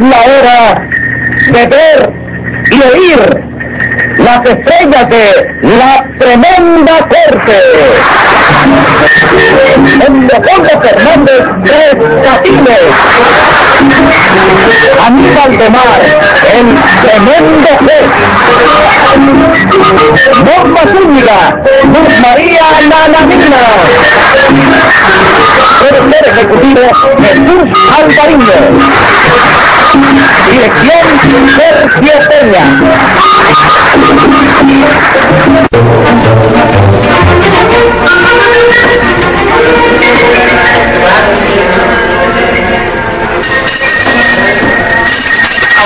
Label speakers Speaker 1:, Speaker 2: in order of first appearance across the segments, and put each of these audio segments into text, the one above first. Speaker 1: la hora de ver y oír las estrellas de la tremenda corte. En Leopoldo Fernández Tres Catines. Aníbal de Mar, el tremendo juez. Norma Zúñiga, Luz María Nanamina. Productor ejecutivo Jesús Alvariño. Dirección Sergio Peña.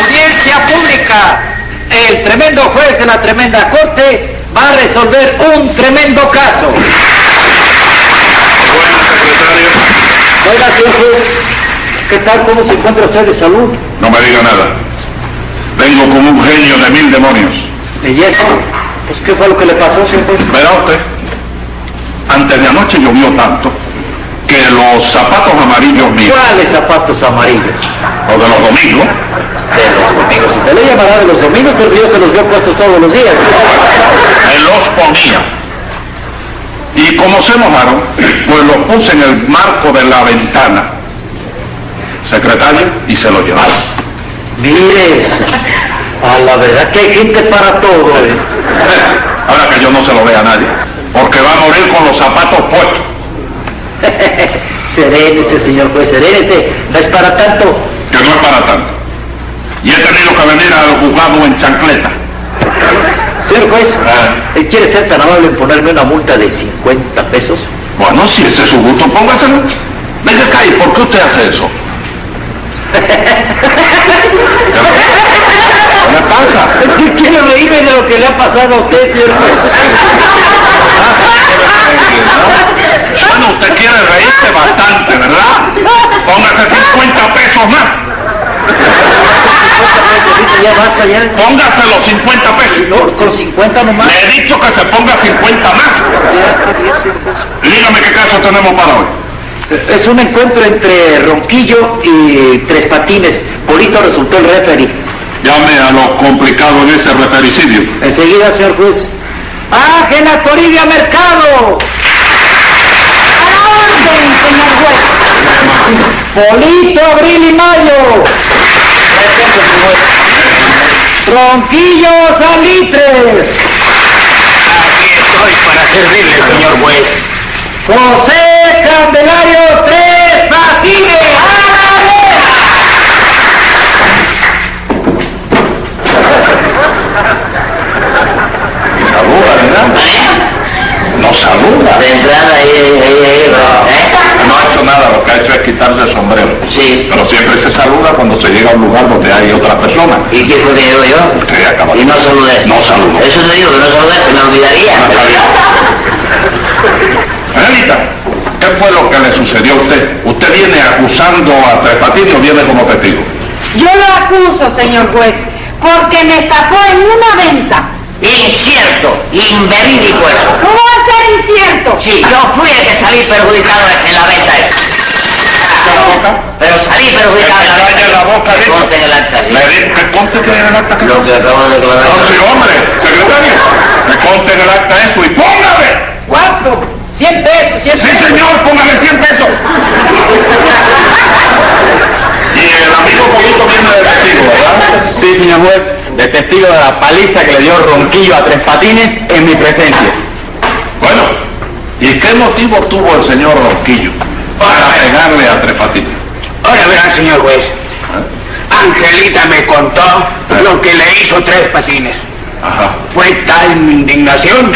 Speaker 2: Audiencia pública. El tremendo juez de la tremenda corte va a resolver un tremendo caso.
Speaker 3: Bueno, secretario,
Speaker 2: Oiga, señor juez, ¿qué tal? ¿Cómo se encuentra usted de salud?
Speaker 3: no me diga nada. Vengo con un genio de mil demonios.
Speaker 2: ¿Y eso? Pues, ¿qué fue lo que le pasó, señor juez?
Speaker 3: Verá usted, antes de anoche llovió tanto que los zapatos amarillos míos,
Speaker 2: ¿Cuáles zapatos amarillos?
Speaker 3: o de los domingos,
Speaker 2: De los domingos. Usted le llamará de los domingos, pero yo se los veo puestos todos los días.
Speaker 3: me los ponía. Y como se mojaron, pues los puse en el marco de la ventana, secretario, y se lo llevaron.
Speaker 2: Mire eso. A la verdad que hay gente para todo, ¿eh?
Speaker 3: Ahora que yo no se lo vea a nadie, porque va a morir con los zapatos puestos.
Speaker 2: Serénese, señor juez, serénese. No es para tanto.
Speaker 3: que no es para tanto. Y he tenido que venir al juzgado en chancleta.
Speaker 2: Señor juez,
Speaker 3: Ah.
Speaker 2: ¿eh, ¿quiere ser tan amable en ponerme una multa de 50 pesos?
Speaker 3: Bueno, si ese es su gusto, póngaselo. Venga acá, ¿y por qué usted hace eso? ¿Qué le pasa?
Speaker 2: Es que quiero reírme de lo que le ha pasado a usted, señor juez.
Speaker 3: Bueno, usted quiere reírse bastante, ¿verdad? Póngase 50 pesos más.
Speaker 2: Dice, ya basta, ya.
Speaker 3: Póngase los 50 pesos.
Speaker 2: No, Oh, con 50 nomás.
Speaker 3: Le he dicho que se ponga 50 más.
Speaker 2: Ya está bien, señor juez.
Speaker 3: Dígame qué caso tenemos para hoy.
Speaker 2: Es un encuentro entre Ronquillo y Tres Patines. Polito resultó el referee.
Speaker 3: Llame a lo complicado en ese refericidio.
Speaker 2: Enseguida, señor juez. ¡Ángela Toribia Mercado! ¡A la orden, señor juez! ¡Polito Abril y Mayo! ¡Tronquillo Salitre!
Speaker 3: Estoy para servirle, señor juez.
Speaker 2: ¡José Candelario Tres Patines!
Speaker 4: Ah.
Speaker 3: Y saluda, ¿verdad?
Speaker 4: ¿Eh?
Speaker 3: No saluda.
Speaker 4: De entrada ahí, ahí, ahí, no, ¿eh?
Speaker 3: No ha hecho nada, lo que ha hecho es quitarse el sombrero.
Speaker 4: Sí.
Speaker 3: Pero siempre se saluda cuando se llega a un lugar donde hay otras personas.
Speaker 4: ¿Y qué fue que digo yo?
Speaker 3: Usted acaba
Speaker 4: Y
Speaker 3: de...
Speaker 4: no Eh. saludé.
Speaker 3: No saludó.
Speaker 4: Eso te digo, que no saludé, se me olvidaría.
Speaker 3: No está bien. Angelita, ¿qué fue lo que le sucedió a usted? ¿Usted viene acusando a Tres Patines o viene como testigo?
Speaker 5: Yo lo acuso, señor juez, porque me estafó en una venta.
Speaker 4: Incierto, inverídico eso.
Speaker 5: ¿Cómo va a ser incierto?
Speaker 4: Sí, yo fui el que salí perjudicado en la venta esa.
Speaker 3: la boca?
Speaker 4: Pero salí perjudicado en la
Speaker 3: Que
Speaker 4: venta.
Speaker 3: me calle la boca,
Speaker 4: Que
Speaker 3: dijo.
Speaker 4: conste en el acta, sí.
Speaker 3: Le di- que conste que en el acta que...
Speaker 4: Lo que acabo de declarar.
Speaker 3: No, sí, hombre, secretario. Que conste en el acta eso y póngale.
Speaker 2: ¿Cuánto? ¡100 pesos! 100
Speaker 3: Sí, señor, póngale 100 pesos. Y el amigo Polito viene de testigo, ¿verdad?
Speaker 6: Sí, señor juez, de testigo de la paliza que le dio Ronquillo a Tres Patines en mi presencia.
Speaker 3: Bueno, ¿y qué motivo tuvo el señor Ronquillo para pegarle a Tres Patines?
Speaker 7: Ahora verán, señor juez. Angelita me contó lo que le hizo Tres Patines.
Speaker 3: Ajá.
Speaker 7: Fue tal mi indignación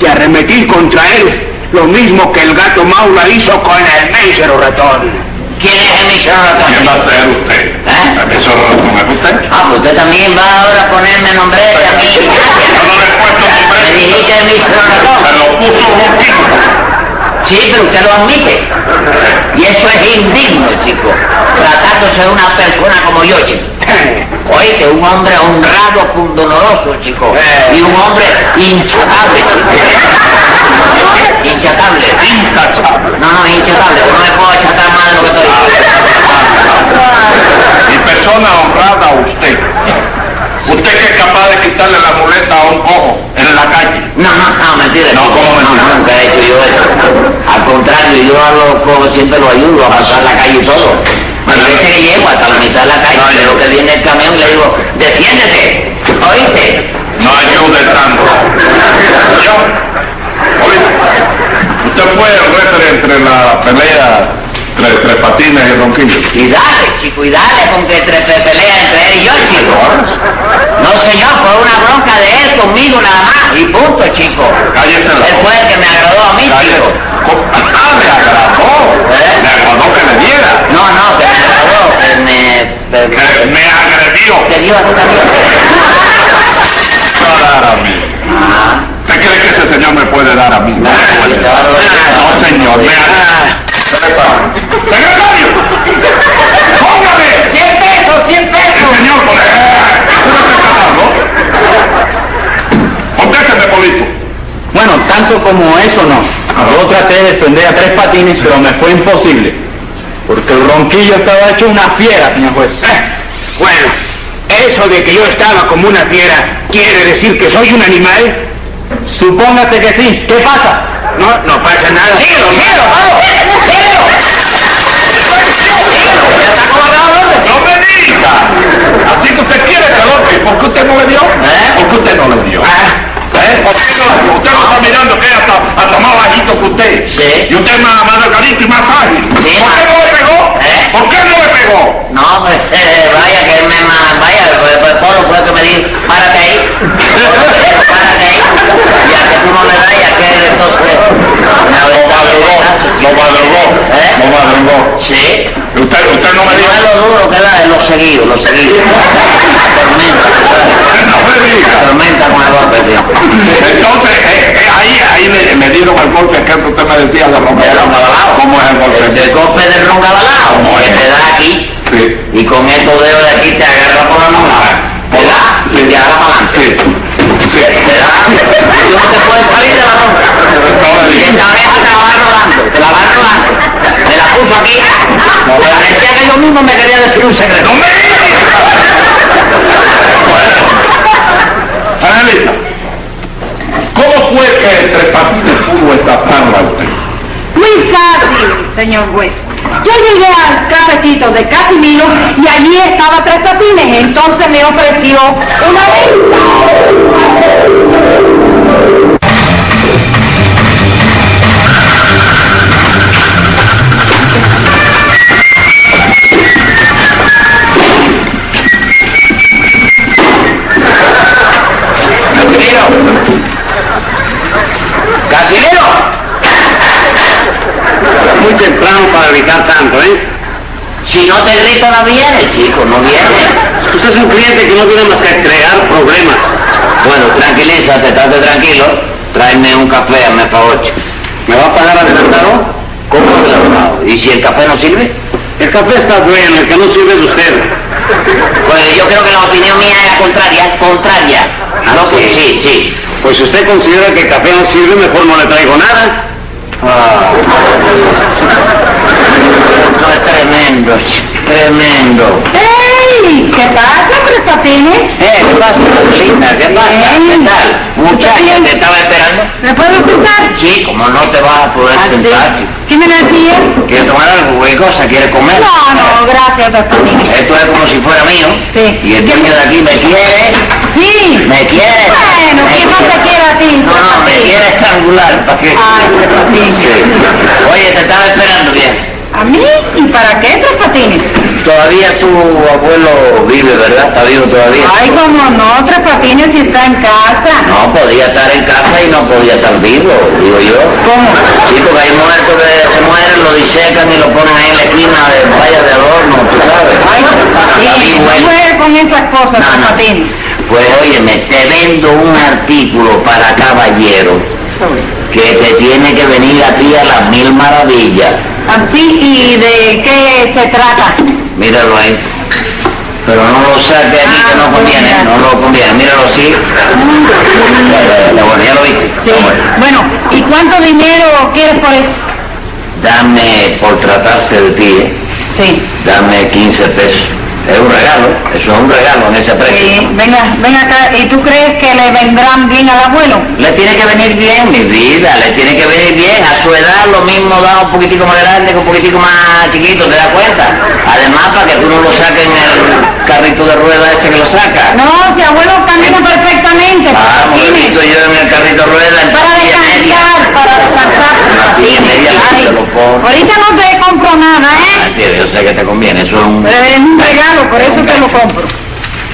Speaker 7: que arremetí contra él, lo mismo que el gato Maula hizo con el mísero ratón.
Speaker 4: ¿Quién es el misero ratón?
Speaker 3: ¿Quién va a ser usted?
Speaker 4: ¿Eh?
Speaker 3: ¿El mismo ratón es usted?
Speaker 4: Ah, pues usted también va ahora a ponerme nombre de a mí.
Speaker 3: Yo no le he puesto
Speaker 4: Me dijiste el
Speaker 3: nombre.
Speaker 4: misero ratón.
Speaker 3: Se lo puso Ronquillo.
Speaker 4: Sí, pero usted lo admite. Y eso es indigno, chico. Tratándose de una persona como yo, chico. Oíste, un hombre honrado, pundonoroso, chico.
Speaker 2: Eh.
Speaker 4: Y un hombre hinchacable, chico. Hinchacable.
Speaker 3: Intachable.
Speaker 4: No, no, hinchacable, que no me puedo achatar más de lo que estoy.
Speaker 3: Y persona honrada
Speaker 4: siempre lo ayudo a pasar la calle y todo.
Speaker 3: Bueno,
Speaker 4: Hay veces que llego hasta la mitad de la calle,
Speaker 3: No, yo-
Speaker 4: pero que viene el camión y le digo, defiéndete, ¿oíste?
Speaker 3: No ayude tanto. Señor, oiga, usted fue el referee entre la pelea entre Tres Patines y Ronquillo.
Speaker 4: Y dale, chico, y dale con que entre pe- pelea entre él y yo, chico. No, señor, fue una bronca de él conmigo nada más, y punto, chico.
Speaker 3: Cállese la
Speaker 4: Él
Speaker 3: boca.
Speaker 4: fue el que me agradó a mí, chico.
Speaker 3: Cállese. Co- Ah, me agradó.
Speaker 4: ¿Eh?
Speaker 3: Me agradó que le diera.
Speaker 4: No, no, que me agradó, que me... que-
Speaker 3: Que me agredió.
Speaker 4: que dio a ti también.
Speaker 3: Para mí.
Speaker 4: Ah.
Speaker 3: ¿Usted cree que ese señor me puede dar a mí?
Speaker 4: No, señor.
Speaker 3: No, señor, me agredió. ¿Qué le pasa? ¡Secretario! ¡Póngame!
Speaker 2: 100 pesos, 100 pesos.
Speaker 3: Señor,
Speaker 6: Eh.
Speaker 3: ¿no? Contésteme, Polito. Ah.
Speaker 6: Bueno, tanto como eso no. Yo traté de defender a tres patines, pero me fue imposible. Porque el ronquillo estaba hecho una fiera, señor juez.
Speaker 3: Eh,
Speaker 7: Bueno, eso de que yo estaba como una fiera quiere decir que soy un animal.
Speaker 6: Supóngase que sí. ¿Qué pasa?
Speaker 7: No, no pasa nada.
Speaker 4: Síguelo, síguelo, vamos. Síguelo. Síguelo, ya está colgado, hombre.
Speaker 3: ¡No me diga! Así que usted quiere que lote. ¿Por qué usted no le dio? ¿Por qué usted no le dio? ¿Eh? ¿Por qué no? Usted lo está mirando que es hasta, hasta más bajito que usted.
Speaker 4: Sí.
Speaker 3: Y usted es más, más delgadito y más ágil. ¿Por qué
Speaker 4: Sí, ma-
Speaker 3: no le pegó?
Speaker 4: ¿Eh?
Speaker 3: ¿Por qué no le pegó?
Speaker 4: No, pues, eh, vaya que me ma- vaya, pues, pues, Polo fue el que me dijo, párate ahí, Polo me dijo, párate ahí, ya que tú no le das, ya que él entonces me
Speaker 3: Lo
Speaker 4: aventaba el
Speaker 3: madrugó.
Speaker 4: pedazo,
Speaker 3: Lo
Speaker 4: chico.
Speaker 3: madrugó.
Speaker 4: ¿Eh?
Speaker 3: Lo madrugó.
Speaker 4: Sí,
Speaker 3: Usted, usted no
Speaker 4: no
Speaker 3: me diga.
Speaker 4: es lo duro que da, es lo seguido, lo seguido. La tormenta,
Speaker 3: No me
Speaker 4: la
Speaker 3: diga.
Speaker 4: tormenta con el golpe, tío.
Speaker 3: Entonces, eh, eh, ahí, ahí me, me dieron el golpe que antes usted me decía de Romero.
Speaker 4: Romero.
Speaker 3: ¿Cómo es el golpe?
Speaker 4: El golpe del roncabalao, que te da aquí,
Speaker 3: Sí.
Speaker 4: y con estos dedos de aquí te agarra por la mano, te da,
Speaker 3: Sí.
Speaker 4: y te agarra para adelante.
Speaker 3: Sí. Sí.
Speaker 4: ¿Verdad? Tú no te puedes salir de la bronca.
Speaker 3: No,
Speaker 4: Y esta oreja te la va rodando, te la va rodando. Me la puso aquí. Parecía que yo mismo me quería decir un secreto.
Speaker 3: ¡No me digas! Angelita, ¿cómo fue que entre patines pudo estafarla usted?
Speaker 5: Muy fácil, señor juez. Yo llegué al cafecito de Casimiro y allí estaba Tres Patines. Entonces me ofreció una venta.
Speaker 4: Casimiro. Casimiro.
Speaker 7: Muy temprano para gritar tanto, ¿eh?
Speaker 4: Si no te grito no viene, chico, no viene.
Speaker 7: Usted es un cliente que no tiene más que crear problemas.
Speaker 4: Bueno, tranquilízate, estate tranquilo. Tráeme un café, hazme el favor. chico.
Speaker 7: ¿Me va a pagar adelantado?
Speaker 4: ¿Cómo adelantado? ¿Y si el café no sirve?
Speaker 7: El café está bueno, el que no sirve es usted.
Speaker 4: Pues yo creo que la opinión mía es contraria, contraria.
Speaker 7: Ah,
Speaker 4: no,
Speaker 7: sí.
Speaker 4: pues, sí, sí.
Speaker 7: Pues si usted considera que el café no sirve, mejor no le traigo nada.
Speaker 4: Esto Ah, es tremendo, ch- tremendo.
Speaker 5: ¡Ey! ¿Qué pasa, Tres Patines?
Speaker 4: Eh, ¿qué pasa, Linda? ¿Qué pasa? ¿Qué tal? Muchacha, ¿te estaba esperando?
Speaker 5: ¿Me puedo sentar?
Speaker 4: Sí, como no te vas a
Speaker 5: Ah,
Speaker 4: poder sentar, sí.
Speaker 5: ¿Qué me decías?
Speaker 4: ¿Quieres tomar algo? ¿Qué cosa? ¿Quieres comer?
Speaker 5: No, no, gracias, Tres Patines.
Speaker 4: Esto es como si fuera mío.
Speaker 5: Sí.
Speaker 4: Y el dueño de aquí me quiere,
Speaker 5: Sí.
Speaker 4: me quiere.
Speaker 5: Bueno,
Speaker 4: me
Speaker 5: ¿qué más
Speaker 4: quiere.
Speaker 5: te quiero a ti?
Speaker 4: No,
Speaker 5: Tres
Speaker 4: no, me
Speaker 5: Patines?
Speaker 4: quiere estrangular, ¿para qué?
Speaker 5: Ay, Tres Patines.
Speaker 4: Sí. Oye, te estaba esperando bien.
Speaker 5: ¿A mí? ¿Y para qué Tres Patines?
Speaker 4: Todavía tu abuelo vive, ¿verdad? Está vivo todavía.
Speaker 5: Ay, como no, Tres Patines si está en casa.
Speaker 4: No, podía estar en casa y no podía estar vivo, digo yo.
Speaker 5: ¿Cómo?
Speaker 4: Chicos, que hay muertos que se mueren, lo disecan y lo ponen ahí en la esquina de valla de adorno, tú sabes.
Speaker 5: Ay,
Speaker 4: Está
Speaker 5: Patines,
Speaker 4: vivo
Speaker 5: no
Speaker 4: él.
Speaker 5: juegues con esas cosas,
Speaker 4: No,
Speaker 5: Tres
Speaker 4: no.
Speaker 5: Patines.
Speaker 4: Pues óyeme, te vendo un artículo para caballero que te tiene que venir a ti a las mil maravillas.
Speaker 5: Así, ¿y de qué se trata?
Speaker 4: Míralo ahí. Pero no lo saques aquí, que no
Speaker 5: Ah,
Speaker 4: conviene,
Speaker 5: mira.
Speaker 4: no lo conviene. Míralo así. Ya, ya, ya, bueno, ya lo viste.
Speaker 5: Sí.
Speaker 4: Bueno.
Speaker 5: Bueno, ¿y cuánto dinero quieres por eso?
Speaker 4: Dame, por tratarse de ti, ¿eh?
Speaker 5: Sí.
Speaker 4: dame 15 pesos. Es un regalo, eso es un regalo en ese precio.
Speaker 5: Sí, venga, ven acá. ¿Y tú crees que le vendrán bien al abuelo?
Speaker 4: Le tiene que venir bien, mi vida, le tiene que venir bien. A su edad lo mismo da un poquitico más grande que un poquitico más chiquito, ¿te das cuenta? Además, para que tú no lo saques en el carrito de rueda ese que lo saca.
Speaker 5: No, si abuelo camina perfectamente.
Speaker 4: Vamos, lo he
Speaker 5: dime.
Speaker 4: visto yo en el carrito de rueda. en
Speaker 5: Para
Speaker 4: pastilla media.
Speaker 5: descansar, para descansar.
Speaker 4: Pastilla media,
Speaker 5: Ay,
Speaker 4: te lo pongo.
Speaker 5: ahorita no te compro nada,
Speaker 4: Ay,
Speaker 5: ¿eh?
Speaker 4: Ah, tío, yo sé que te conviene, eso es un...
Speaker 5: Pero es un regalo, por eso te lo compro.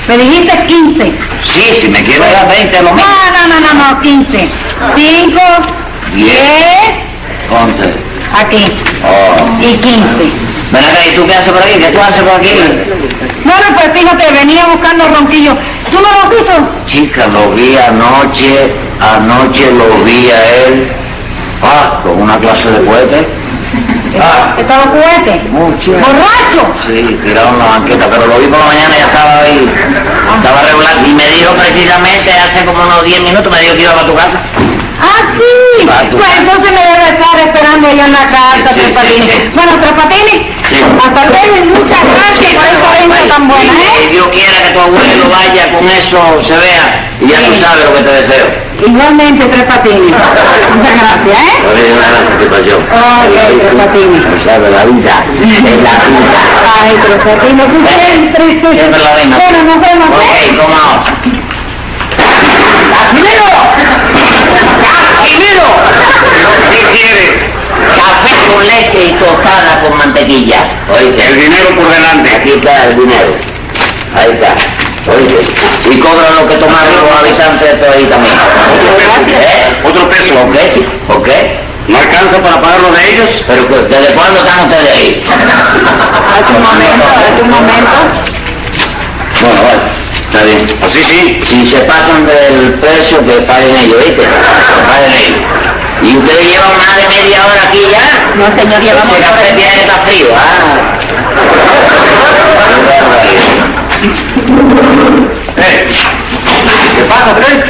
Speaker 5: Me dijiste 15.
Speaker 4: Sí, si me quieres dar 20, lo
Speaker 5: No,
Speaker 4: mismo.
Speaker 5: no, no, no, no, 15. 5, 10,
Speaker 4: Ponte.
Speaker 5: aquí,
Speaker 4: Oh.
Speaker 5: y 15.
Speaker 4: Ven acá, ¿y tú qué haces por aquí? ¿Qué tú haces por aquí?
Speaker 5: Bueno, pues fíjate, venía buscando ronquillo. ¿Tú no lo has visto?
Speaker 4: Chica, lo vi anoche, anoche lo vi a él, ah, con una clase de cohete. Ah,
Speaker 5: Estaba juguete.
Speaker 4: mucho.
Speaker 5: ¿Borracho?
Speaker 4: Sí, tirado en la banqueta, pero lo vi por la mañana y ya estaba ahí, estaba regular. Y me dijo precisamente hace como unos 10 minutos, me dijo que iba para tu casa.
Speaker 5: ¡Ah, sí!
Speaker 4: Ah, tú.
Speaker 5: Pues entonces me debe estar esperando allá en la casa,
Speaker 4: Sí,
Speaker 5: Tres
Speaker 4: sí,
Speaker 5: Patines.
Speaker 4: sí.
Speaker 5: Bueno, Tres Patines,
Speaker 4: Sí.
Speaker 5: hasta luego y muchas gracias por esta venta tan buena,
Speaker 4: Y
Speaker 5: ¿eh?
Speaker 4: Dios quiera que tu abuelo vaya con eso, se vea, y ya tú sabes lo que te deseo.
Speaker 5: Igualmente, Tres Patines. Muchas gracias, ¿eh?
Speaker 4: No le dio una gran satisfacción.
Speaker 5: Ok, Tres Patines.
Speaker 4: O sea, de la vida, de la vida.
Speaker 5: Ay, Tres Patines, tú siempre...
Speaker 4: Siempre la venga.
Speaker 5: Bueno, nos vemos, ¿eh?
Speaker 4: Ok, ¿cómo? ¡Casimiro! ¡Casimiro!
Speaker 7: ¿Qué quieres?
Speaker 4: Café con leche y tostada con mantequilla. Oíste.
Speaker 7: El dinero por delante.
Speaker 4: Aquí está el dinero. Ahí está. Oíste. Y cobra lo que tomaron los habitantes de por ahí también. ¿Eh?
Speaker 7: Otro peso.
Speaker 4: ¿Con leche? ¿Por qué?
Speaker 7: ¿No alcanza para pagar lo de ellos?
Speaker 4: ¿Pero que- desde cuándo están ustedes ahí?
Speaker 5: Hace un momento, hace un momento.
Speaker 4: Bueno, vale. Está bien.
Speaker 7: Así Ah, sí.
Speaker 4: Si se pasan del precio que paguen ellos, ¿viste? Que paguen ellos. ¿Y ustedes llevan más de media hora aquí ya?
Speaker 5: No, señor, llevamos
Speaker 4: Ese
Speaker 5: hora
Speaker 4: café
Speaker 5: y-
Speaker 4: tiene que estar frío, ah. Qué barbaridad.
Speaker 7: Eh, ¿Qué pasa, Tres?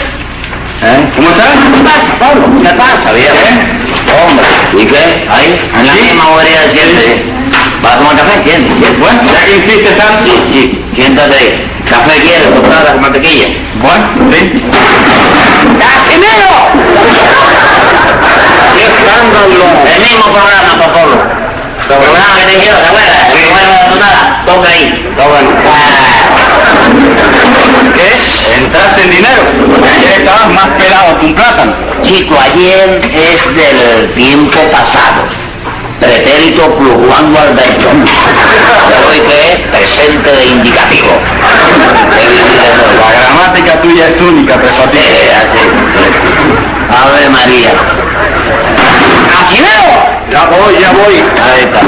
Speaker 4: ¿Eh?
Speaker 7: ¿Cómo estás?
Speaker 4: ¿Qué pasa, Pablo? ¿Qué pasa, viejo? Hombre, ¿y qué? Ahí, en la
Speaker 7: ¿Eh? Sí.
Speaker 4: misma bobería de siempre. ¿Vas a tomar café? Siéntate, siéntate.
Speaker 7: Bueno, ya que insiste tanto.
Speaker 4: Sí, sí, siéntate ahí. ¿Café quieres? ¿Tostada con mantequilla?
Speaker 7: Bueno, sí.
Speaker 4: ¡Casimiro!
Speaker 7: ¡Qué escándalo!
Speaker 4: El mismo programa, Popolo. El programa que te quiero, ¿te acuerdas? ¿Te acuerdas de la tonada? Toca ahí. Ah.
Speaker 7: Está bueno. ¿Qué? ¿Entraste en dinero? Ayer estabas más pelado que un plátano.
Speaker 4: Chico, ayer es del tiempo pasado. Pretérito Juan Alberto. Pero hoy que es presente de indicativo. He vivido de nuevo.
Speaker 7: La gramática tuya es única, pero para ti.
Speaker 4: Eh, así. Ave María. ¡Casimiro!
Speaker 7: Ya voy, ya voy.
Speaker 4: Ahí está.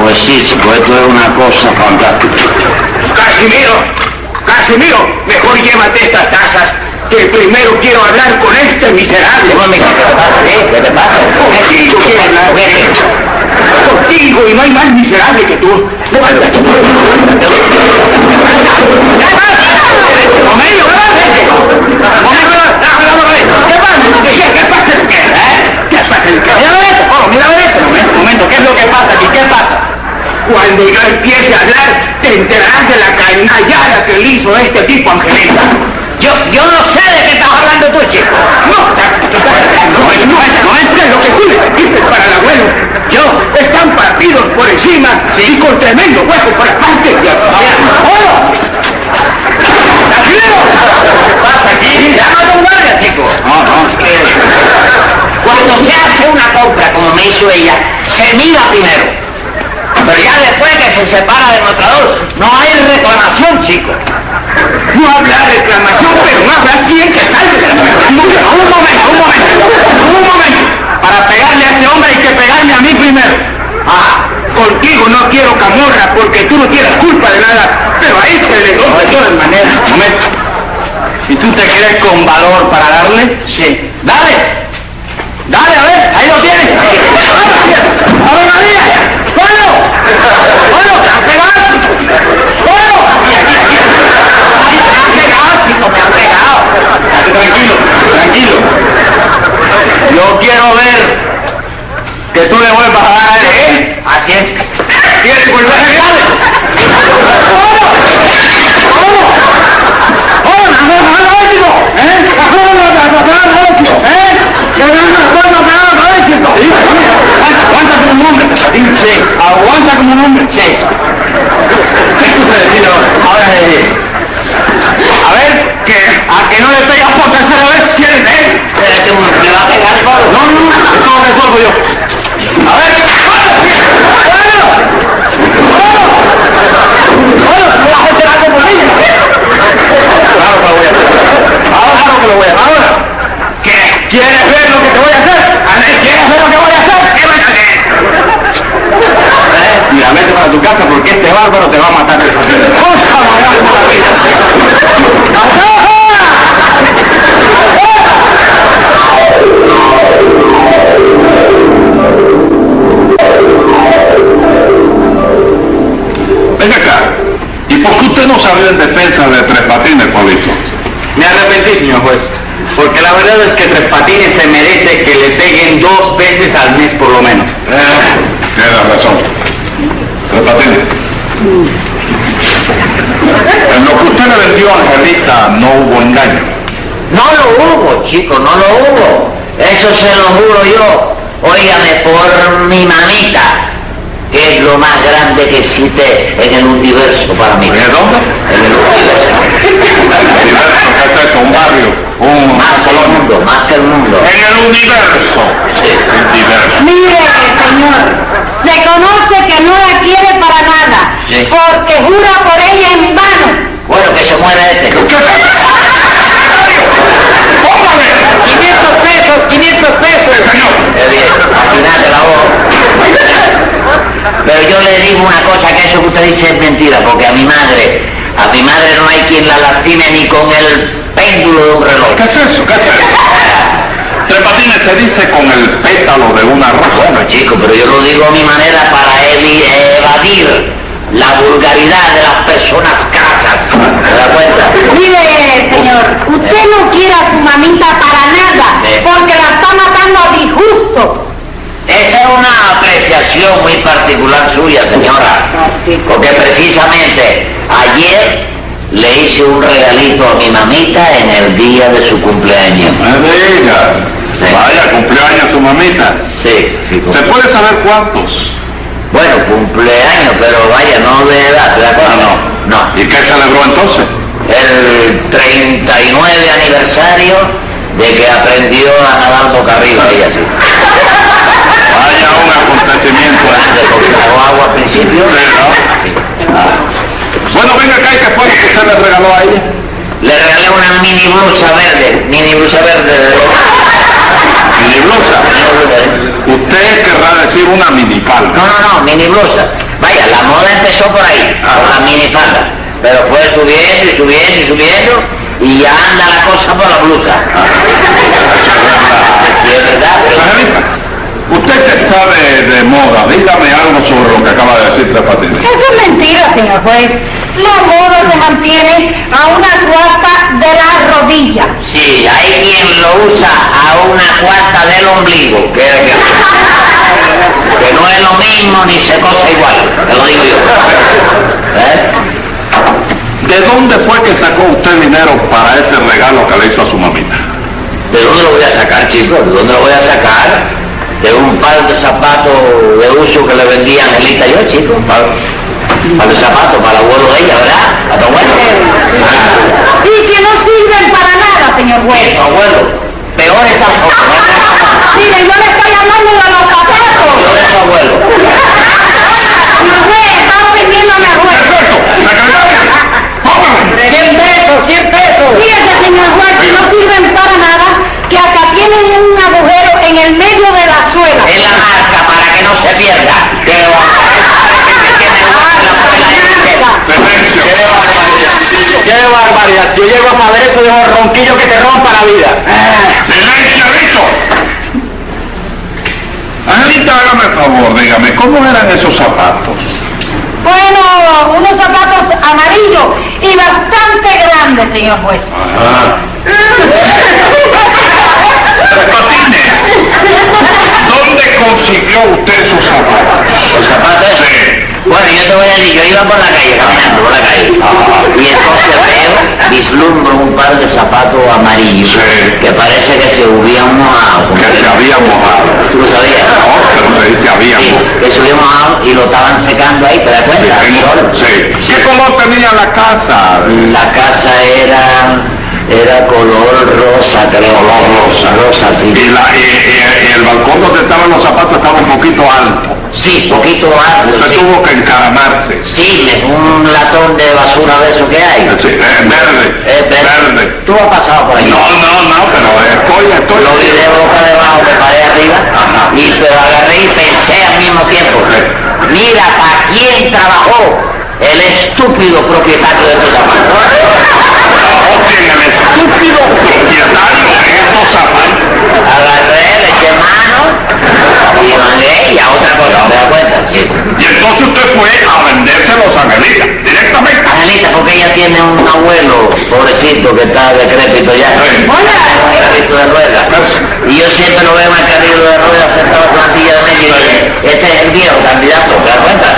Speaker 4: Pues sí, chico, esto es una cosa fantástica.
Speaker 7: Casimiro, Casimiro, mejor llévate estas tazas, que primero quiero hablar con este miserable.
Speaker 4: Dime, mijo, ¿qué te pasa? ¿Qué? ¿Qué te pasa?
Speaker 7: Contigo quiero hablar. Contigo, y no hay más miserable que tú. Levántate. Momento, levántate. Momento, levántate. ¿Qué pasa? ¿Qué, qué, qué pasa? ¿Qué, eh? ¿Qué pasa? Mira esto. Oh, mira esto. Momento, momento, ¿qué es lo que pasa aquí? ¿Qué pasa? Cuando yo empiece a hablar, te enterarás de la canallada que le hizo este tipo, Angelita.
Speaker 4: Yo, yo no sé de qué estás hablando tú, chico.
Speaker 7: No, no, no, no, es lo que tú le metiste para el abuelo. Yo, están partidos por encima y con tremendo hueco por aparte. ¡Hola!
Speaker 4: ¿Qué pasa aquí? Llama a un guardia, chico.
Speaker 7: No, no,
Speaker 4: Cuando se hace una compra, como me hizo ella, se mira primero. Pero ya después que se separa del mostrador, no hay reclamación, chico.
Speaker 7: No habla reclamación, pero no habrá quien que salve de la Un momento, un momento, un momento, un momento. Para pegarle a este hombre hay que pegarme a mí primero. Ah, contigo no quiero camorra porque tú no tienes culpa de nada, pero a este le doy de todas maneras. Momento. Si tú te crees con valor para darle, sí. Dale. Dale, a ver, ahí lo tienes. ¡Ahora María! ¡Bueno! ¡Bueno! ¡Te han pegado! ¡Bueno! Aquí, aquí, aquí. ¡Me han pegado, chico! ¡Me han pegado! Tranquilo, tranquilo. Yo quiero ver que tú le vuelvas a dar a él. ¿Eh?
Speaker 4: ¿A quién?
Speaker 7: ¿Quieres volver a darle? ¿Eh? Sí. ¿Qué quise decir ahora?
Speaker 6: Ahora es decir,
Speaker 7: A ver, que a que no le pegas por tercera vez, ¿quieres ver?
Speaker 4: Espérate un momento, me va a pegar solo.
Speaker 7: No, no, no, esto lo resuelvo yo. A ver,
Speaker 6: claro que lo voy a hacer. Ahora claro que lo voy a hacer.
Speaker 7: ¿qué? ¿Quieres ver lo que te voy a hacer? A ver, ¿quieres ver lo que voy a hacer? Eh, ¿Qué vas a hacer?
Speaker 6: Y la mete para tu casa porque este bárbaro te va a matar.
Speaker 7: ¡Cosa moral por la vida!
Speaker 3: Venga acá. ¿Y por qué usted no salió en defensa de Tres Patines, Pablito?
Speaker 6: Me arrepentí, señor juez. Porque la verdad es que Tres Patines se merece que le peguen dos veces al mes por lo menos.
Speaker 3: Tiene razón. Tres Patines. En lo que usted le vendió a Angelita no hubo engaño.
Speaker 4: No lo hubo, chico, no lo hubo. Eso se lo juro yo. Óigame por mi mamita, que es lo más grande que existe en el universo para mí.
Speaker 3: ¿De dónde?
Speaker 4: En el universo.
Speaker 3: Universo, ¿qué es eso? Un barrio, un-
Speaker 4: Más
Speaker 3: una
Speaker 4: que el
Speaker 3: colonia.
Speaker 4: mundo, más que el mundo.
Speaker 3: En el universo.
Speaker 4: Sí.
Speaker 3: Universo.
Speaker 5: Mire, señor, se conoce que no la quiere para nada,
Speaker 4: Sí.
Speaker 5: porque jura por ella en vano.
Speaker 4: Bueno, que se muera este.
Speaker 2: 500 pesos, 500 pesos.
Speaker 3: Señor,
Speaker 4: Qué bien, imagínate la voz. Pero yo le digo una cosa, que eso que usted dice es mentira, porque a mi madre, a mi madre no hay quien la lastime ni con el péndulo de un reloj.
Speaker 3: ¿qué es eso? ¿Qué es eso? Tres Patines se dice con el pétalo de una rosa.
Speaker 4: Bueno, chicos, pero yo lo digo a mi manera para evi- evadir la vulgaridad de las personas casas. ¿Te das cuenta?
Speaker 5: Mire, señor, usted no quiere a su mamita para nada,
Speaker 4: Sí.
Speaker 5: porque la está matando a disgusto.
Speaker 4: Esa es una apreciación muy particular suya, señora. Porque precisamente ayer le hice un regalito a mi mamita en el día de su cumpleaños.
Speaker 3: Me diga.
Speaker 4: Sí.
Speaker 3: Vaya, cumplió años su mamita.
Speaker 4: Sí, sí.
Speaker 3: ¿Se puede saber cuántos?
Speaker 4: Bueno, cumpleaños, pero vaya, no de edad, ¿te das cuenta? No, no.
Speaker 3: ¿Y qué celebró entonces?
Speaker 4: el 39 aniversario de que aprendió a nadar boca arriba ella sí.
Speaker 3: Vaya un acontecimiento.
Speaker 4: Grande,
Speaker 3: ¿eh?
Speaker 4: porque tragó agua al principio.
Speaker 3: Sí, ¿no?
Speaker 4: Sí.
Speaker 3: Bueno, venga acá y qué fue lo que usted le regaló a ella.
Speaker 4: Le regalé una mini blusa verde, mini blusa verde de
Speaker 3: Mini blusa. Usted querrá decir una mini
Speaker 4: No,
Speaker 3: palma.
Speaker 4: no, no, mini blusa. Vaya, la moda empezó por ahí, con la mini falda. Pero fue subiendo y subiendo y subiendo y ya anda la cosa por la blusa. Sí, es verdad, pero-
Speaker 3: Angelita, usted que sabe de moda, dígame algo sobre lo que acaba de decir Tres Patines.
Speaker 5: Eso es mentira, señor juez. La moda se mantiene a una cuarta de la rodilla.
Speaker 4: Sí, hay quien lo usa a una cuarta del ombligo, que, que- que no es lo mismo ni se cosa igual, te lo digo yo. ¿Eh?
Speaker 3: ¿De dónde fue que sacó usted dinero para ese regalo que le hizo a su mamita?
Speaker 4: ¿De dónde lo voy a sacar, chicos? ¿De dónde lo voy a sacar? De un par de zapatos de uso que le vendía Angelita yo, chicos. Un par, un par de zapatos para el abuelo de ella, ¿verdad? A tu abuelo. Ah,
Speaker 5: Y que no sirven para nada, señor juez.
Speaker 4: tu abuelo. Peor está
Speaker 5: Mire, yo le estoy hablando de los zapatos.
Speaker 4: Peor es su abuelo.
Speaker 5: Señor juez, está ofendiéndome al juez.
Speaker 3: ¡Póngale!
Speaker 2: 100 pesos, 100 pesos.
Speaker 5: Fíjese, señor juez, que no sirven para nada, que hasta tienen un agujero en el medio de la suela.
Speaker 4: Es la marca para que no se pierda. ¡Qué barbaridad!
Speaker 3: ¡Silencio!
Speaker 6: ¡Qué barbaridad! Si yo llego a saber eso, dejo el ronquillo que te rompa la vida.
Speaker 3: ¡Silencio, dicho! Angelita, hágame el favor, dígame, ¿cómo eran esos zapatos?
Speaker 5: Bueno, unos zapatos amarillos y bastante grandes, señor juez.
Speaker 6: Ah.
Speaker 3: Tres patines. ¿Dónde consiguió usted esos zapatos?
Speaker 4: ¿Los zapatos?
Speaker 3: Sí.
Speaker 4: Bueno, yo te voy a decir, yo iba por la calle, caminando por la calle. Y entonces veo, vi vislumbro un par de zapatos amarillos
Speaker 3: Sí.
Speaker 4: que parece que se hubieran mojado.
Speaker 3: que se había mojado.
Speaker 4: ¿Tú lo sabías?
Speaker 3: No, pero se dice habíamos.
Speaker 4: Sí, que se hubieran mojado y lo estaban secando ahí, ¿te das
Speaker 3: Sí,
Speaker 4: cuenta?
Speaker 3: tengo- sí. ¿Qué color tenía la casa?
Speaker 4: La casa era, era color rosa, creo.
Speaker 3: Color rosa.
Speaker 4: Rosa, sí.
Speaker 3: Y, la- y- y- y el balcón donde estaban los zapatos estaba un poquito alto.
Speaker 4: Sí, poquito alto,
Speaker 3: Usted
Speaker 4: sí.
Speaker 3: tuvo que encaramarse.
Speaker 4: Sí, le- un latón de basura de eso que hay.
Speaker 3: Sí, eh, verde,
Speaker 4: Eh, Oh, pero-
Speaker 3: verde.
Speaker 4: Tú has pasado por ahí.
Speaker 3: No, no, no, pero eh, estoy, estoy.
Speaker 4: Lo vi de boca debajo, me paré arriba,
Speaker 3: Ajá.
Speaker 4: y pero agarré y pensé al mismo tiempo.
Speaker 3: Sí.
Speaker 4: Mira, ¿para quién trabajó el estúpido propietario de estos zapatos?
Speaker 3: Oye, el estúpido propietario de esos zapatos.
Speaker 4: Agarré, le eché mano y mandé y a otra cosa, ¿te das cuenta? Sí.
Speaker 3: Y entonces usted fue a vendérselos a Angelita, directamente.
Speaker 4: Angelita, porque ella tiene un abuelo, pobrecito, que está decrépito ya.
Speaker 3: Sí.
Speaker 4: Hola. Carrito de ruedas.
Speaker 3: Sí.
Speaker 4: Y yo siempre lo veo en el carrito de ruedas sentado en la plantilla de medio. y digo, Este es el viejo candidato, ¿te das cuenta?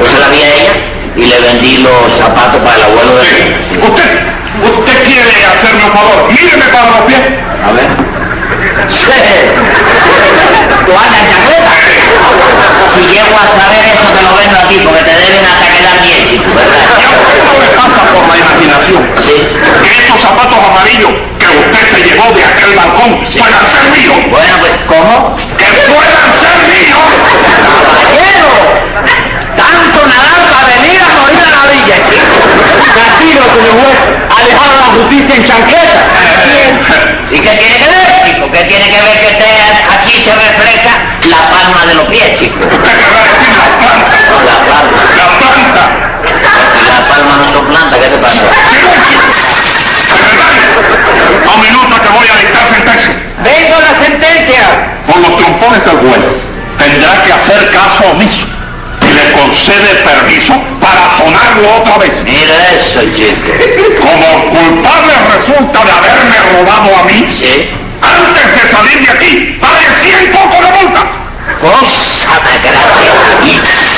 Speaker 4: Yo se la vi a ella y le vendí los zapatos para el abuelo de ella.
Speaker 3: Sí. Usted, usted quiere hacerme un favor. Míreme para los pies.
Speaker 4: A ver. Sí. ¿Tú andas en chancleta? Si llego a saber eso, te lo vendo a ti, porque te deben hasta quedar bien, chico,
Speaker 3: ¿Y a
Speaker 4: ¿verdad?
Speaker 3: usted no le pasa por la imaginación?
Speaker 4: Sí.
Speaker 3: Que esos zapatos amarillos que usted se llevó de aquel balcón puedan ser míos.
Speaker 4: Bueno, pues, ¿cómo?
Speaker 3: Que puedan ser míos.
Speaker 4: ¡Caballero! ¡Tanto nadar para venir a morir a la orilla, chico!
Speaker 6: Castigo, señor juez, alejado de la justicia en chanqueta.
Speaker 4: ¿Y qué tiene que ver, chico? ¿Qué tiene que ver que esté así se refresca la palma de los pies, chico?
Speaker 3: Usted querrá decir la planta.
Speaker 4: La palma.
Speaker 3: La planta.
Speaker 4: La palma no son plantas, ¿qué te pasa?
Speaker 3: Secretario, a un minuto que voy a dictar sentencia.
Speaker 2: ¡Vengo la sentencia!
Speaker 3: Por los trompones el juez tendrá que hacer caso omiso y le concede permiso para sonarlo otra vez.
Speaker 4: Mira eso, chico.
Speaker 3: Como culpable resulta de haberme robado a mí,
Speaker 4: Sí.
Speaker 3: antes de salir de aquí, pague 100 cocos de multa.
Speaker 4: Cosa más grande.